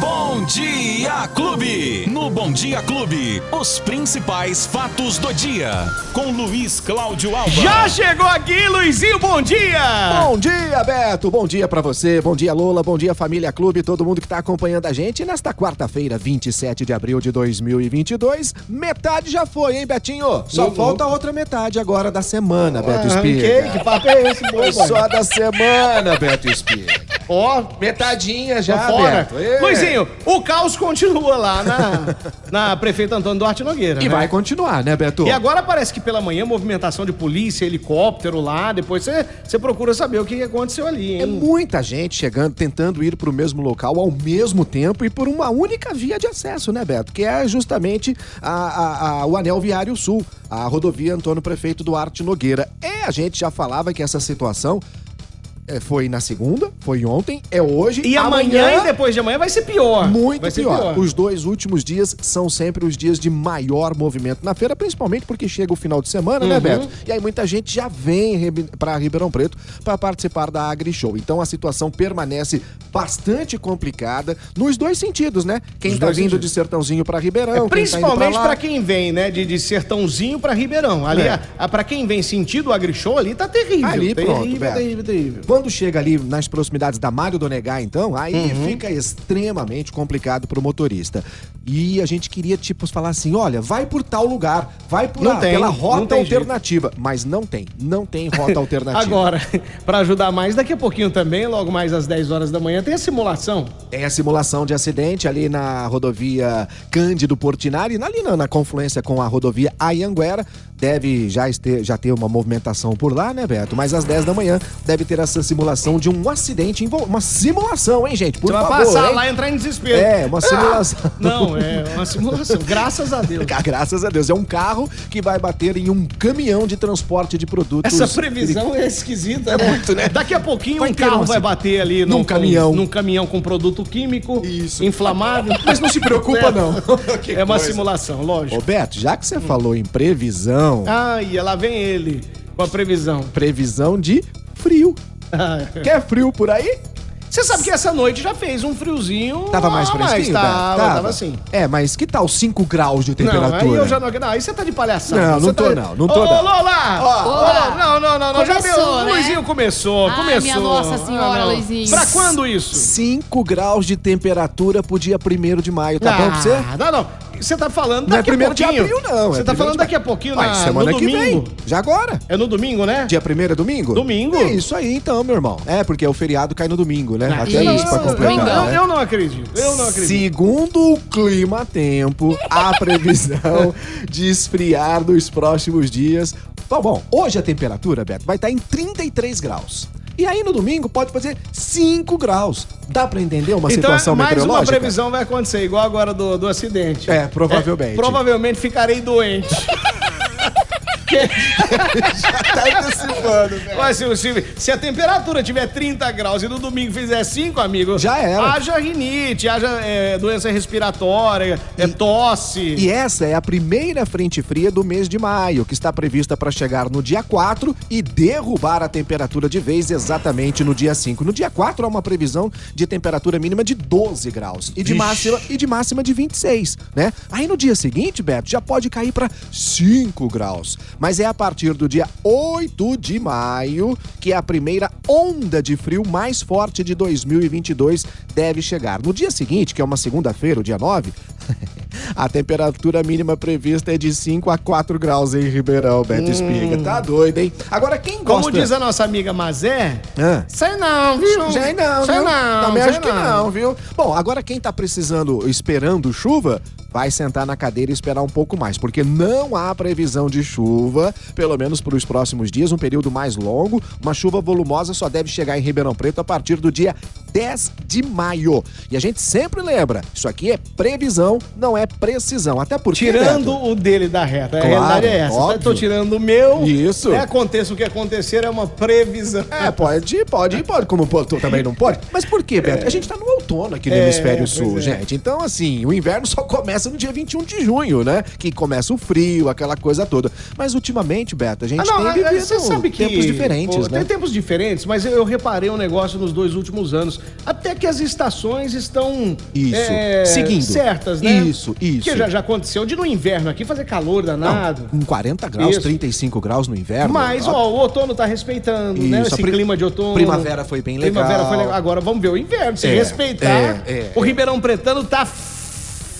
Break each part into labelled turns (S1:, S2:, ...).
S1: Bom Dia Clube. No Bom Dia Clube, os principais fatos do dia. Com Luiz Cláudio Alba.
S2: Já chegou aqui, Luizinho, bom dia!
S3: Bom dia, Beto. Bom dia pra você. Bom dia, Lola. Bom dia, família Clube, todo mundo que tá acompanhando a gente nesta quarta-feira, 27 de abril de 2022. Metade já foi, hein, Betinho? Ah, Só falta a outra metade agora da semana, Beto Espiga.
S2: que papo é esse, boi,
S3: Só da semana, Beto Espiga.
S2: Ó,
S3: Metadinha já,
S2: tá fora.
S3: Beto. É.
S2: Luizinho, o caos continua lá na, na prefeita Antônio Duarte Nogueira.
S3: E
S2: né?
S3: vai continuar, né, Beto?
S2: E agora parece que pela manhã, movimentação de polícia, helicóptero lá, depois você você procura saber o que que aconteceu ali,
S3: É
S2: hein?
S3: muita gente chegando, tentando ir para o mesmo local ao mesmo tempo e por uma única via de acesso, né, Beto? Que é justamente a- a- a- o Anel Viário Sul, a rodovia Antônio Prefeito Duarte Nogueira. E a gente já falava que essa situação eh, foi na segunda, foi ontem, é hoje.
S2: E amanhã, e depois de amanhã vai ser pior.
S3: Muito
S2: vai ser
S3: pior. Os dois últimos dias são sempre os dias de maior movimento na feira, principalmente porque chega o final de semana,
S2: Uhum.
S3: né, Beto? E aí muita gente já vem Ribe- pra Ribeirão Preto pra participar da Agri Show. Então a situação permanece bastante complicada nos dois sentidos, né? Quem
S2: Nos
S3: tá
S2: dois
S3: vindo
S2: sentidos. É
S3: de Sertãozinho pra Ribeirão, quem tá indo
S2: Principalmente
S3: lá.
S2: pra quem vem, né, de, de Sertãozinho pra Ribeirão. Ali,
S3: É.
S2: a, a- pra quem vem sentido o agrishow ali, tá terrível.
S3: Ali,
S2: terrível,
S3: pronto, Beto.
S2: terrível, terrível.
S3: Quando chega ali nas proximidades da Mário Donegá, então, aí
S2: Uhum.
S3: fica extremamente complicado pro motorista. E a gente queria, tipo, falar assim, olha, vai por tal lugar, vai por
S2: Não
S3: lá,
S2: tem,
S3: pela
S2: não
S3: rota
S2: tem jeito.
S3: alternativa. Mas não tem, não tem rota alternativa.
S2: Agora, pra ajudar mais, daqui a pouquinho também, logo mais às 10 horas da manhã, tem a simulação.
S3: Tem a simulação de acidente ali na rodovia Cândido Portinari, ali na, na confluência com a rodovia Ayanguera. Deve já, este- já ter uma movimentação por lá, né, Beto? Mas às 10 da manhã deve ter essa simulação de um acidente. envol- Uma simulação, hein, gente? Por
S2: Você vai
S3: favor,
S2: passar
S3: hein?
S2: lá e entrar em desespero.
S3: É, uma simulação.
S2: Não, é uma simulação. Graças a Deus.
S3: Gra- Graças a Deus. É um carro que vai bater em um caminhão de transporte de produtos.
S2: Essa previsão é esquisita. É
S3: muito, né?
S2: Daqui a pouquinho
S3: Vai
S2: um
S3: ter
S2: carro
S3: uma-
S2: vai bater ali
S3: Num caminhão.
S2: Com, num caminhão com produto químico,
S3: Isso.
S2: inflamável.
S3: Mas não se preocupa, não. Que
S2: é uma
S3: coisa.
S2: simulação, lógico.
S3: Ô, Beto, já que você falou em previsão,
S2: Ai, lá vem ele com a previsão.
S3: previsão de frio.
S2: Ah.
S3: Quer frio por aí?
S2: Você sabe que essa noite já fez um friozinho.
S3: Tava mais
S2: a tá?
S3: fresquinho, né? Beto?
S2: Ah, tava, tava assim.
S3: É, mas que tal 5 graus de
S2: Não,
S3: temperatura?
S2: aí eu já não. Não, aí você tá de palhaçada.
S3: Não,
S2: Você
S3: não tô
S2: tá-
S3: não, não tô
S2: Ô,
S3: não.
S2: Lola! Ô, Lola! Não, não, não, não. já
S4: Começou,
S2: deu.
S4: né?
S2: O Luizinho começou,
S4: Ai,
S2: começou.
S4: minha Nossa Senhora,
S2: não.
S4: Luizinho.
S2: Pra quando isso?
S3: 5 graus de temperatura pro dia 1 de maio, tá bom pra você?
S2: Ah, Não, não. Você tá falando
S3: Não é
S2: daqui a
S3: primeiro de
S2: pouquinho.
S3: abril, não.
S2: Você
S3: é
S2: tá
S3: primeiro
S2: falando
S3: de-
S2: daqui a pouquinho
S3: Ué,
S2: na,
S3: semana
S2: no
S3: que
S2: domingo.
S3: vem. Já agora.
S2: É no domingo, né?
S3: Dia 1 é domingo?
S2: Domingo.
S3: É isso aí então, meu irmão. É, porque o feriado cai no domingo, né? Até
S4: isso,
S3: isso pra completar.
S4: domingão.
S2: eu,
S3: né?
S2: eu Ah, não acredito. Eu não acredito.
S3: Segundo o clima tempo, a previsão de esfriar nos próximos dias. Tá bom, hoje a temperatura, Beto, vai estar em 33 graus. E aí no domingo pode fazer 5 graus. Dá pra entender uma
S2: Então,
S3: situação
S2: mais uma
S3: meteorológica?
S2: previsão vai acontecer, igual agora do, do acidente.
S3: É, provavelmente.
S2: provavelmente ficarei doente.
S3: Tá antecipando, né?
S2: É. Mas se, se, se a temperatura tiver 30 graus e no domingo fizer 5, amigo,
S3: Já era.
S2: haja rinite, haja é, doença respiratória, é tosse.
S3: E essa é a primeira frente fria do mês de maio, que está prevista para chegar no dia 4 e derrubar a temperatura de vez exatamente no dia 5. No dia 4 há uma previsão de temperatura mínima de 12 graus e de máxima e de máxima de 26, né? Aí no dia seguinte, Beto, já pode cair para 5 graus. Mas é a partir do dia 8 de maio que a primeira onda de frio mais forte de 2022 deve chegar. No dia seguinte, que é uma segunda-feira, o dia 9, A temperatura mínima prevista é de 5 a 4 graus em Ribeirão, Beto Espiga. Tá doido, hein? Agora, quem
S2: Hum. Como
S3: gosta...
S2: diz a nossa amiga Mazé,
S3: Hã?
S2: sei não, viu?
S3: Já aí É. não,
S2: sei
S3: viu?
S2: não.
S3: Também
S2: sei
S3: acho que não, viu? Bom, agora quem tá precisando, esperando chuva, vai sentar na cadeira e esperar um pouco mais, porque não há previsão de chuva, pelo menos para os próximos dias, um período mais longo. Uma chuva volumosa só deve chegar em Ribeirão Preto a partir do dia 10 de maio. E a gente sempre lembra, isso aqui é previsão, não é precisão. Até porque,
S2: Tirando
S3: Beto,
S2: o dele da reta.
S3: Claro,
S2: a realidade é essa.
S3: óbvio.
S2: Tô tirando o meu.
S3: Isso.
S2: né? aconteça o que acontecer, é uma previsão.
S3: É, pode, pode, pode, como o Porto também não pode. Mas por quê, Beto? A gente tá no outono aqui no
S2: É,
S3: hemisfério sul,
S2: pois é.
S3: gente. Então, assim, o inverno só começa começa no dia 21 de junho, né? Que começa o frio, aquela coisa toda. Mas ultimamente, Beto, a gente
S2: Ah, não,
S3: tem
S2: ah, ah,
S3: vivido
S2: você sabe que,
S3: tempos diferentes,
S2: pô,
S3: né?
S2: Tem tempos diferentes, mas eu, eu reparei um negócio nos dois últimos anos. Até que as estações estão
S3: Isso,
S2: é,
S3: seguindo.
S2: certas, né?
S3: Isso, isso.
S2: Que já, já aconteceu de no inverno aqui fazer calor danado.
S3: Com 40 graus,
S2: Isso.
S3: 35 graus no inverno.
S2: Mas,
S3: ó,
S2: ó, o outono tá respeitando, né?
S3: Isso, a
S2: Esse
S3: pri-
S2: clima de outono.
S3: primavera foi bem legal.
S2: Primavera foi legal. Agora vamos ver o inverno. Se
S3: É,
S2: respeitar,
S3: é, é.
S2: o Ribeirão Pretano tá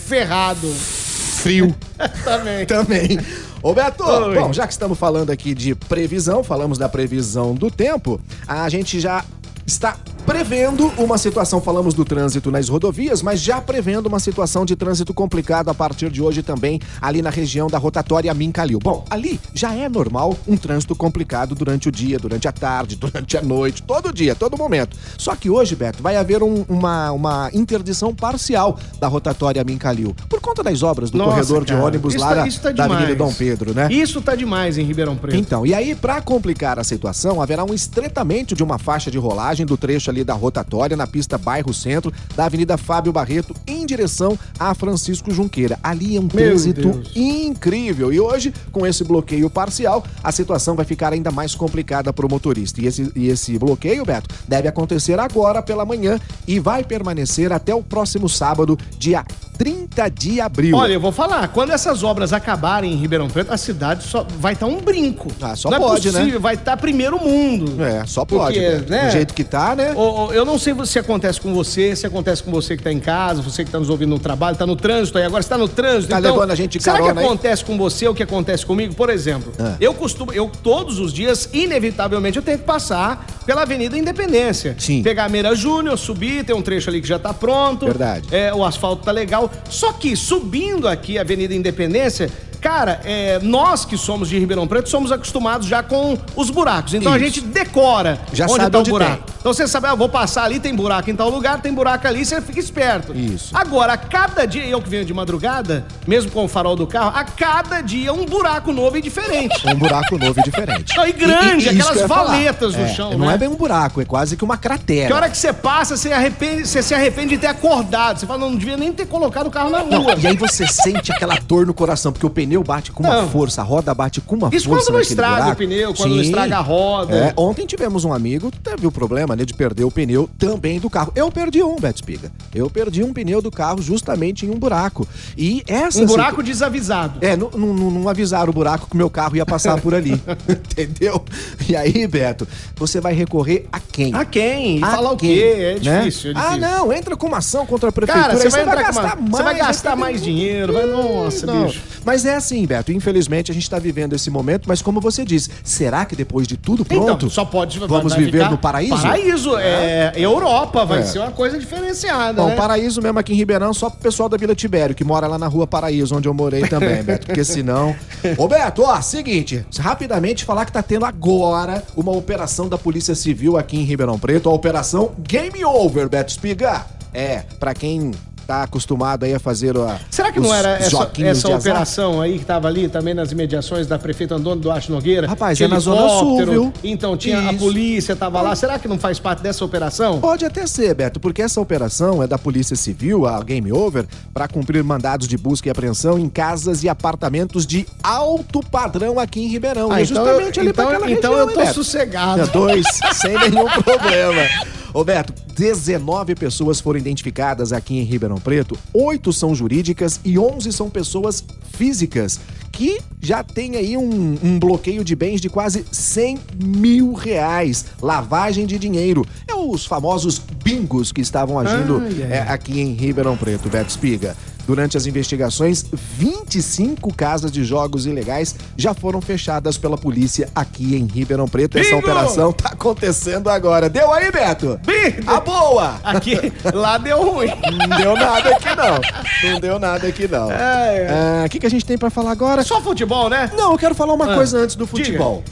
S2: ferrado.
S3: frio.
S2: Também.
S3: Também. Ô Beto,
S2: Oi.
S3: bom, já que estamos falando aqui de previsão, falamos da previsão do tempo, a gente já está prevendo uma situação, falamos do trânsito nas rodovias, mas já prevendo uma situação de trânsito complicado a partir de hoje também ali na região da rotatória Mincalil. Bom, ali já é normal um trânsito complicado durante o dia, durante a tarde, durante a noite, todo dia, todo momento. Só que hoje, Beto, vai haver um- uma, uma interdição parcial da rotatória Mincalil por conta das obras do
S2: Nossa,
S3: corredor de
S2: cara,
S3: ônibus
S2: isso
S3: lá
S2: tá-
S3: da-
S2: isso tá
S3: da Avenida
S2: demais.
S3: Dom Pedro, né?
S2: Isso tá demais em Ribeirão Preto.
S3: Então, e aí, pra complicar a situação, haverá um estreitamento de uma faixa de rolagem do trecho ali da rotatória na pista Bairro Centro da Avenida Fábio Barreto em direção a Francisco Junqueira. Ali é um trânsito
S2: Deus.
S3: incrível. E hoje, com esse bloqueio parcial, a situação vai ficar ainda mais complicada para o motorista. E esse, e esse bloqueio, Beto, deve acontecer agora pela manhã e vai permanecer até o próximo sábado, dia 30 de abril.
S2: Olha, eu vou falar, quando essas obras acabarem em Ribeirão Preto, a cidade só vai estar um brinco.
S3: Ah, só
S2: não
S3: pode,
S2: é possível,
S3: né?
S2: vai estar primeiro mundo.
S3: é, só pode.
S2: Porque,
S3: Beto.
S2: né?
S3: Do jeito que tá, né?
S2: Ô, ô, Eu não sei se acontece com você, se acontece com você que tá em casa, você que tá nos ouvindo no trabalho, tá no trânsito aí, agora está no trânsito. então
S3: Tá levando a gente de
S2: será
S3: carona
S2: que
S3: aí?
S2: acontece com você o que acontece comigo? Por exemplo,
S3: Ah.
S2: eu costumo, eu todos os dias, inevitavelmente, eu tenho que passar pela Avenida Independência.
S3: Sim.
S2: Pegar a Meira Júnior, subir, tem um trecho ali que já tá pronto.
S3: Verdade.
S2: É, o asfalto tá legal. Só que subindo aqui a Avenida Independência, cara, é, nós que somos de Ribeirão Preto somos acostumados já com os buracos. Então a
S3: Isso.
S2: gente decora
S3: Já
S2: onde
S3: sabe
S2: tá
S3: onde
S2: o buraco.
S3: tem.
S2: Então você sabe, ah, eu vou passar ali, tem buraco em tal lugar, tem buraco ali, você fica esperto.
S3: Isso.
S2: Agora, a cada dia, eu que venho de madrugada, mesmo com o farol do carro, a cada dia um buraco novo e diferente.
S3: um buraco novo e diferente.
S2: Não, e grande,
S3: isso que eu
S2: aquelas
S3: ia falar.
S2: valetas no
S3: É,
S2: chão,
S3: Não
S2: né?
S3: é bem um buraco, é quase que uma cratera.
S2: Que hora que você passa, você, arrepende, você se arrepende de ter acordado. Você fala, não, não devia nem ter colocado o carro na
S3: Não,
S2: rua.
S3: e aí você sente aquela dor no coração, porque o pneu bate com uma
S2: Não.
S3: força, a roda bate com uma
S2: Isso
S3: força
S2: quando não
S3: naquele
S2: estraga
S3: buraco.
S2: o pneu, quando não estraga a roda.
S3: É, ontem tivemos um amigo que teve o problema né, de perder o pneu também do carro. Eu perdi um, Beto Spiga. Eu perdi um pneu do carro justamente em um buraco. E essa
S2: Um
S3: situ-
S2: buraco desavisado.
S3: É, não, não, não- não avisaram o buraco que o meu carro ia passar por ali. entendeu? E aí, Beto, você vai recorrer a quem?
S2: A quem? E
S3: A
S2: falar o
S3: quem,
S2: quê? É
S3: né?
S2: difícil, é difícil.
S3: Ah, não, entra com uma ação contra a prefeitura.
S2: Cara,
S3: aí
S2: você vai, entrar com uma-
S3: gastar mais.
S2: Você vai gastar
S3: perder
S2: mais
S3: muito
S2: dinheiro. Vai... Nossa,
S3: não.
S2: bicho.
S3: Mas é assim, Beto. Infelizmente, a gente está vivendo esse momento, mas como você disse, será que depois de tudo pronto,
S2: Então, só pode
S3: vamos
S2: vai
S3: viver
S2: ficar-
S3: no paraíso?
S2: Paraíso, é, Europa, vai
S3: É.
S2: ser uma coisa diferenciada,
S3: Bom,
S2: né?
S3: paraíso mesmo aqui em Ribeirão, só pro pessoal da Vila Tibério, que mora lá na rua Paraíso, onde eu morei também, Beto. Porque senão. Ô, Beto, ó, seguinte, rapidamente falar que tá tendo agora uma operação da Polícia Civil aqui em Ribeirão Preto, a Operação Game Over, Beto Espiga. É, pra quem tá acostumado aí a fazer a.
S2: Será que
S3: os
S2: não era essa,
S3: joguinhos
S2: essa
S3: de azar?
S2: operação aí que tava ali também nas imediações da prefeita Antônio Duarte Nogueira?
S3: Rapaz,
S2: Tinha
S3: é na Zona
S2: helicóptero,
S3: Sul, viu?
S2: Então, tinha a
S3: Isso.
S2: polícia, tava lá. Será que não faz parte dessa operação?
S3: Pode até ser, Beto, porque essa operação é da Polícia Civil, a Game Over, para cumprir mandados de busca e apreensão em casas e apartamentos de alto padrão aqui em Ribeirão.
S2: Ah,
S3: e é
S2: então
S3: justamente
S2: eu-
S3: ali
S2: então,
S3: pra aquela
S2: então
S3: região,
S2: eu tô
S3: hein, Beto? É
S2: sossegado.
S3: Tinha dois, sem nenhum problema. Ô, Beto, 19 pessoas foram identificadas aqui em Ribeirão Preto, 8 são jurídicas e 11 são pessoas físicas, que já tem aí um, um bloqueio de bens de quase 100 mil reais. Lavagem de dinheiro. É os famosos bingos que estavam agindo
S2: Ai, ai.
S3: é, aqui em Ribeirão Preto, Beto Espiga. Durante as investigações, 25 casas de jogos ilegais já foram fechadas pela polícia aqui em Ribeirão Preto. Essa
S2: Bingo!
S3: operação tá acontecendo agora. Deu aí, Beto?
S2: Bingo!
S3: A boa!
S2: Aqui, lá deu ruim.
S3: Não deu nada aqui, não. Não deu nada aqui, não. É, O
S2: Ai,
S3: que, que a gente tem pra falar agora?
S2: Só futebol, né?
S3: Não, eu quero falar uma
S2: Ah,
S3: coisa antes do futebol.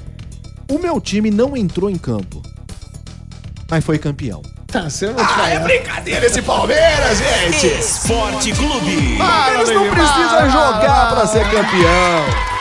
S3: O meu time não entrou em campo, mas foi campeão.
S2: Tá, você não vai.
S3: brincadeira esse Palmeiras, gente!
S1: Esporte Clube.
S3: Palmeiras não
S2: Luiz.
S3: precisa
S2: Para,
S3: jogar pra ser campeão.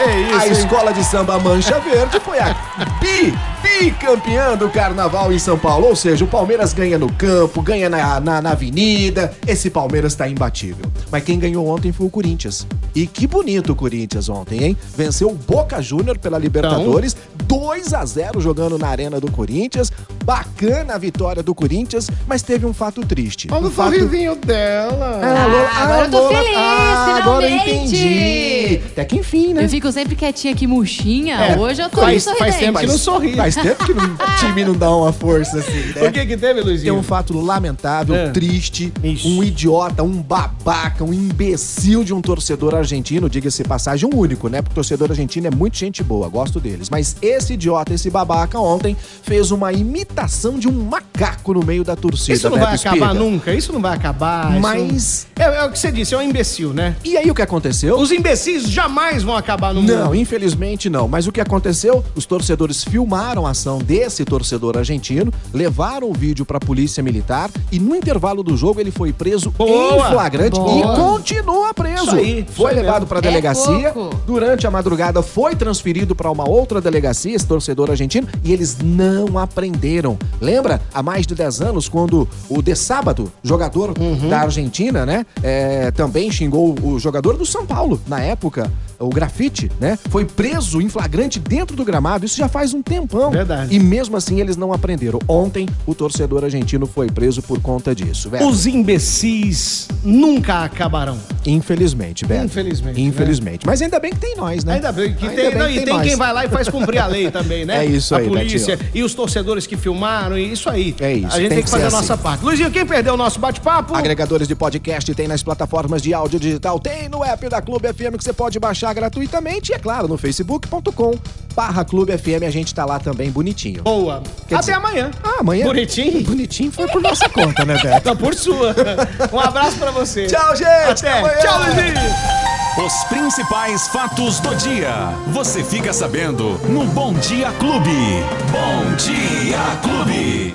S2: É isso,
S3: a
S2: hein?
S3: escola de samba Mancha Verde foi a bi, bicampeã do carnaval em São Paulo. Ou seja, o Palmeiras ganha no campo, ganha na, na, na avenida. Esse Palmeiras tá imbatível. Mas quem ganhou ontem foi o Corinthians. E que bonito o Corinthians ontem, hein? Venceu o Boca Júnior pela Libertadores. 2 a 0 jogando na Arena do Corinthians. Bacana a vitória do Corinthians, mas teve um fato triste.
S2: Olha
S3: Um
S2: o
S3: fato
S2: sorrisinho dela.
S3: ah, Lola-
S4: agora eu tô
S3: Lola-
S4: feliz,
S3: ah, Agora eu
S4: finalmente.
S3: entendi. Até que enfim, né?
S4: Eu fico sempre quietinha aqui, murchinha.
S2: É,
S4: Hoje eu tô
S2: faz-
S4: sorridente.
S2: faz tempo que não sorri.
S3: Faz tempo que não- o time não dá uma força assim, né?
S2: O que que teve,
S3: Tem
S2: Luizinho?
S3: um fato lamentável,
S2: É.
S3: triste,
S2: Ixi.
S3: um idiota, um babaca, um imbecil de um torcedor argentino, diga-se de passagem, um único, né? Porque torcedor argentino é muito gente boa, gosto deles. Mas esse idiota, esse babaca ontem fez uma imitação de um macaco no meio da torcida,
S2: Isso não
S3: né,
S2: vai
S3: do
S2: acabar
S3: Espiga?
S2: nunca, isso não vai acabar. isso
S3: Mas-
S2: não- É, é o que você disse, é um imbecil, né?
S3: E aí o que aconteceu?
S2: Os imbecis jamais vão acabar no
S3: Não,
S2: mundo.
S3: infelizmente não. Mas o que aconteceu? Os torcedores filmaram a ação desse torcedor argentino, levaram o vídeo pra polícia militar e no intervalo do jogo ele foi preso
S2: Boa!
S3: em flagrante
S4: Boa!
S3: e continua preso.
S2: Isso aí, isso
S3: foi
S2: aí
S3: levado
S2: mesmo.
S3: pra
S4: É
S3: delegacia.
S4: pouco.
S3: durante a madrugada foi transferido pra uma outra delegacia, esse torcedor argentino, e eles não aprenderam. Lembra? Há mais de 10 anos, quando o De Sábado, jogador
S2: Uhum.
S3: da Argentina, né? é, também xingou o jogador do São Paulo, na época, o grafite, né? Foi preso em flagrante dentro do gramado. Isso já faz um tempão.
S2: Verdade.
S3: E mesmo assim eles não aprenderam. Ontem, o torcedor argentino foi preso por conta disso, velho.
S2: Os imbecis nunca acabarão.
S3: Infelizmente, velho.
S2: Infelizmente,
S3: Infelizmente. Mas ainda bem que tem nós, né?
S2: Ainda bem que
S3: Ainda
S2: tem, não, e tem
S3: nós.
S2: quem vai lá e faz cumprir a lei também, né?
S3: É isso aí,
S2: A polícia
S3: Betinho.
S2: e os torcedores que filmaram, e isso aí.
S3: É isso,
S2: A gente tem,
S3: tem
S2: que
S3: que
S2: fazer
S3: ser
S2: a nossa
S3: assim.
S2: parte. Luizinho, quem perdeu o nosso bate-papo?
S3: Agregadores de podcast tem nas plataformas de áudio digital, tem no app da Clube FM que você pode baixar gratuitamente e é claro, no facebook.com barra Clube FM, a gente tá lá também bonitinho.
S2: Boa.
S3: Quer
S2: Até
S3: dizer-
S2: amanhã.
S3: Ah, amanhã...
S2: Bonitinho?
S3: Bonitinho foi por nossa conta, né, Beto?
S2: Tá por sua. Um abraço pra você.
S3: Tchau, gente!
S2: Até.
S3: Até amanhã.
S2: Tchau, Luizinho.
S1: Os principais fatos do dia. Você fica sabendo no Bom Dia Clube. Bom Dia Clube.